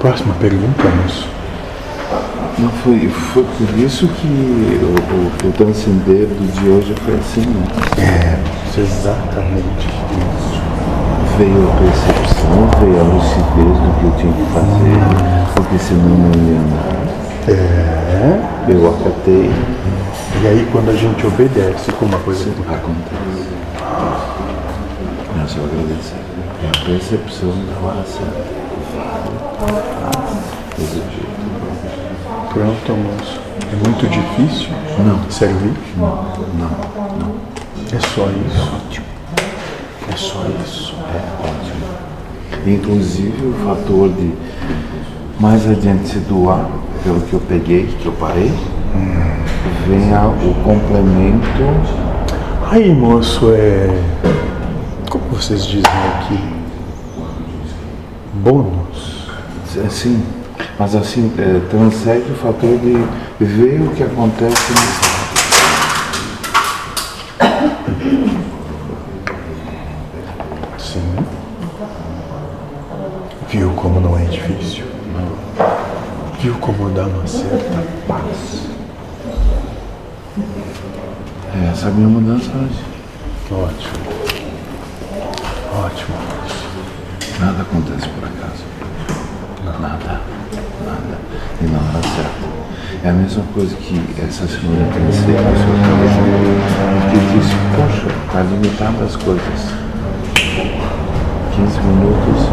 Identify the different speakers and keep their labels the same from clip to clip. Speaker 1: próxima pergunta, moço.
Speaker 2: Não foi, foi por isso que o, o, o transcendendo de hoje foi assim, né?
Speaker 1: É, moço, exatamente isso.
Speaker 2: Veio a percepção, veio a lucidez do que eu tinha que fazer, porque senão não ia andar.
Speaker 1: É.
Speaker 2: Eu acatei,
Speaker 1: E aí quando a gente obedece com uma coisa que
Speaker 2: acontece. Mas eu agradeço. É a percepção da hora certa. Faz, faz, exigir.
Speaker 1: pronto, moço. É muito difícil
Speaker 2: Não.
Speaker 1: servir.
Speaker 2: Não,
Speaker 1: É só isso. É só isso.
Speaker 2: é ótimo. Inclusive o fator de mais adiante se doar, pelo que eu peguei, que eu parei, venha o complemento.
Speaker 1: Aí, moço, é. Como vocês dizem aqui? Bônus.
Speaker 2: Assim, mas assim, é, transcende o fator de ver o que acontece no
Speaker 1: Sim. Viu como não é difícil? Viu como dá uma certa paz?
Speaker 2: É essa é a minha mudança hoje.
Speaker 1: Ótimo. Ótimo, moço.
Speaker 2: Nada acontece por acaso. Nada. Nada. E na hora certa. É a mesma coisa que essa senhora tem que ser no seu trabalho. Que diz, poxa, está limitado as coisas. 15 minutos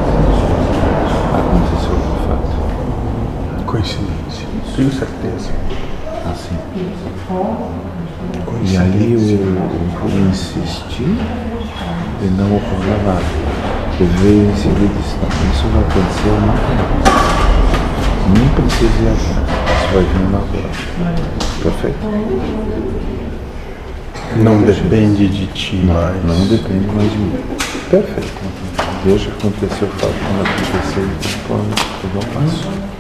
Speaker 2: aconteceu o fato.
Speaker 1: Coincidência. Tenho certeza.
Speaker 2: Assim. E
Speaker 1: Coincidência.
Speaker 2: ali eu, eu insisti e não ocorreu nada. Eu veio em seguida e disse, não, isso vai acontecer amanhã. Nem precisa ir agora. Isso vai vir agora. Perfeito.
Speaker 1: Não depende de ti mais.
Speaker 2: Não depende mais de mim. Perfeito. Deixa acontecer o fato quando acontecer e depois eu dou um passo.